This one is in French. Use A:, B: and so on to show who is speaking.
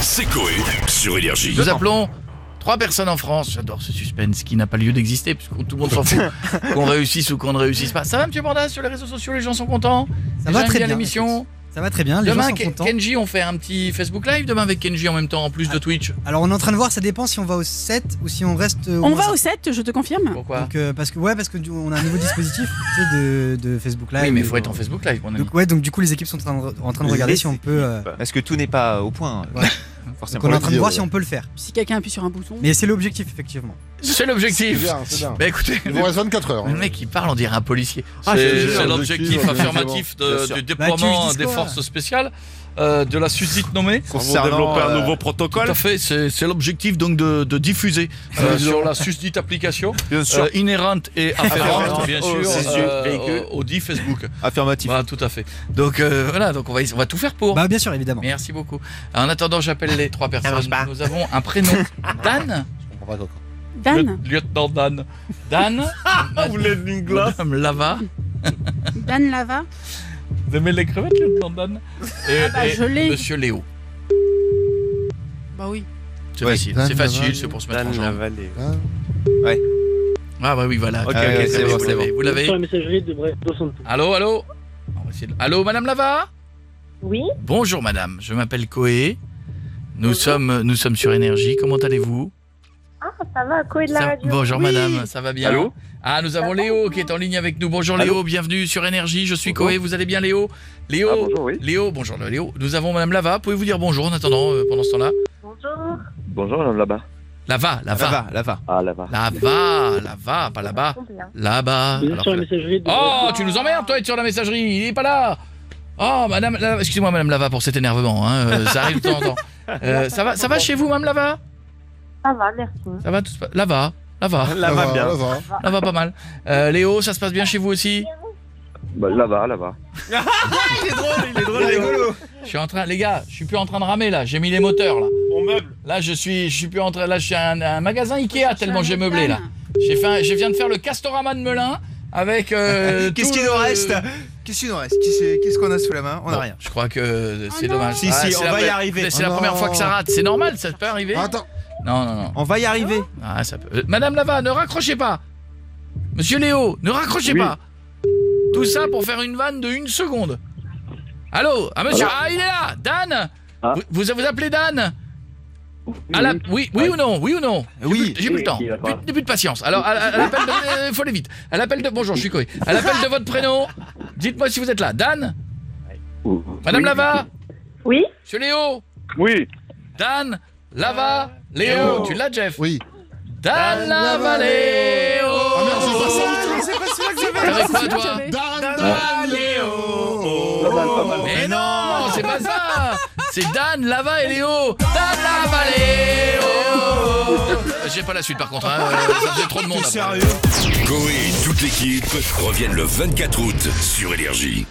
A: C'est Coé sur Énergie.
B: Nous appelons trois personnes en France. J'adore ce suspense qui n'a pas lieu d'exister, puisque tout le monde s'en fout. qu'on réussisse ou qu'on ne réussisse pas. Ça va, monsieur Bordas Sur les réseaux sociaux, les gens sont contents
C: Ça
B: Les
C: va
B: gens
C: très
B: aiment
C: bien,
B: l'émission.
C: Ça va très bien, les gens
B: Demain,
C: sont
B: Ke-
C: contents.
B: Kenji, on fait un petit Facebook Live demain avec Kenji en même temps, en plus de Twitch.
C: Alors on est en train de voir, ça dépend si on va au 7 ou si on reste euh, au
D: On
C: moins
D: va
C: cinq.
D: au 7, je te confirme.
B: Pourquoi
C: Donc, euh, parce que ouais parce que du- on a un nouveau dispositif tu sais, de, de Facebook Live.
B: Oui, mais
C: Et-
B: faut être en Facebook Live, mon ami.
C: euh, Donc ouais donc du coup les équipes sont en train de, en train de regarder
E: Les
C: si on peut euh,
E: Parce que tout n'est pas au point. euh,
C: Ouais.
E: Forcément.
C: donc on est en train de voir si on peut le faire.
D: Si quelqu'un appuie sur un bouton.
C: Mais c'est l'objectif effectivement.
B: C'est
F: C'est
B: l'objectif.
F: bien, c'est bien.
B: Bah écoutez,
F: Il vous reste 24 heures.
B: le mec qui parle, on dirait un policier.
F: Ah,
G: C'est
F: j'ai- j'ai
G: c'est
F: un
G: l'objectif
F: objectif,
G: affirmatif de-
E: Bien sûr.
G: du
C: Bah, tu
G: déploiement
C: dis
G: des
C: quoi
G: forces spéciales, euh, de la susdite nommée.
A: Concernant, développer un
E: euh,
A: nouveau
G: Tout
A: protocole.
G: à fait, c'est c'est l'objectif donc de, de diffuser euh, sur la susdite application
E: Bien sûr.
G: euh, inhérente et afférente,
E: Afférente
G: bien sûr,
E: au CSU,
G: euh,
E: véhicule.
G: au, au dit Facebook.
E: Affirmatif.
G: Voilà, tout à fait.
B: Donc euh, voilà, donc on va, on va tout faire pour.
C: Bah bien sûr évidemment.
B: Merci beaucoup. En attendant, j'appelle les trois personnes. Nous avons un prénom. Dan
D: Dan,
G: Le lieutenant Dan.
B: Dan
G: Vous voulez une
B: Madame Lava.
D: Dan Lava.
G: Vous aimez les crevettes, lieutenant Dan Et-
D: Bah,
G: et-
D: je l'ai.
B: Monsieur Léo.
D: Bah oui.
B: C'est
E: Ouais.
B: facile,
F: Dan
B: c'est
F: Lava.
B: facile, c'est pour se mettre en jambe.
E: vallée.
F: Hein
B: Ah bah oui, voilà.
E: Ok,
B: Ah, vous
E: ok, c'est
B: l'avez,
E: bon,
B: vous
E: c'est
B: l'avez, Vous l'avez
H: Sur la messagerie de Brest 62.
B: Allô, allô On va essayer de- Allô, Madame Lava
H: Oui,
B: Bonjour, Madame. Je m'appelle Coé. Nous sommes, nous sommes sur Énergie. Comment allez-vous
H: ça va, Coé de la
B: Ça-
H: radio.
B: Bonjour,
H: Oui.
B: Madame. Ça va bien
G: Allô
B: Ah, nous avons
H: Ça va
B: Léo qui est en ligne avec nous. Bonjour,
G: Allô
B: Léo. Bienvenue sur Énergie. Je suis
G: Bonjour.
B: Coé. Vous allez bien, Léo Léo,
G: Ah, bonjour, oui.
B: Léo, bonjour Léo. Nous avons Madame Lava. Pouvez-vous dire bonjour en attendant, euh, pendant ce temps-là
H: Bonjour.
I: Bonjour madame là-bas.
B: Lava, Lava.
E: va, la va.
I: Ah là-bas.
B: Lava, Lava, pas là-bas.
H: Combien
B: Là-bas.
H: Vous êtes
B: Ah, Alors
H: sur
B: que
H: la
B: là-
H: messagerie de
B: Oh,
H: Brest-
B: tu nous emmerdes, toi, être sur la messagerie. Il est pas là. Oh, madame, Lava- excusez-moi, madame Lava, pour cet énervement. hein, euh, ça arrive de temps en temps. Euh, ça, va, ça va chez vous, madame Lava
H: Ça va, merci.
B: Ça va, tout se passe- Lava, Lava,
E: La va bien.
F: là va.
B: Lava, pas mal. Euh, Léo, ça se passe bien chez vous aussi
I: Bah, là-bas, là-bas.
B: Je suis en train, les gars, je suis plus en train de ramer là. J'ai mis les moteurs là.
G: On meuble.
B: Là, je suis, je suis plus en train. Là, je suis à un, un magasin Ikea tellement
D: Sur
B: j'ai
D: la
B: meublé là.
D: Dan.
B: J'ai fait, un- je viens de faire le Castorama de Melun avec. euh,
E: Qu'est-ce
B: tout
E: qu'il
B: le-
E: nous reste Qu'est-ce qu'il nous reste Qui c'est- Qu'est-ce qu'on a sous la main On
B: Bon,
E: a rien.
B: Je crois que c'est
D: Oh non.
B: dommage.
E: Si,
B: Ah,
E: si,
B: c'est
E: on
B: la
E: va y
B: pre-
E: arriver.
B: C'est la
F: Oh
B: première
F: non.
B: fois que ça rate. C'est normal, ça peut arriver.
F: Ah, Attends,
B: Non, non, non.
E: On va y arriver.
B: Ah, ça peut- Euh, Madame Lava, ne raccrochez pas. Monsieur Léo, ne raccrochez pas. Tout ça pour faire une vanne de une seconde. Allô Ah, monsieur, ah, il est là Dan
I: Ah.
B: vous, vous vous appelez Dan À la- Oui, oui ou non Oui ou non J'ai
E: Oui.
B: plus- J'ai plus le temps.
I: Oui, d'accord.
B: Plus, plus de patience. Alors, à, à l'appel de. euh, faut aller vite. À l'appel de. Bonjour, je suis Coé. À l'appel de votre prénom, dites-moi si vous êtes là. Dan Madame Lava
H: Oui
B: Monsieur Léo
I: Oui.
B: Dan Lava Léo Tu l'as, Jeff
F: oui.
B: Dan Lava Léo
F: Ah merde, c'est
B: oh.
F: pas ça
E: C'est pas celui-là que j'avais.
B: T'avais quoi, toi
F: Dan, Dan, Léo
I: Pas mal, pas mal.
B: Ah, oh. Mais non, c'est pas ça C'est Dan, Lava et Léo Dan, Lava, oh. Léo J'ai pas la suite par contre, hein. euh, ça faisait trop de monde. après.
E: Sérieux
A: Coé et toute l'équipe reviennent le 24 août sur Énergie.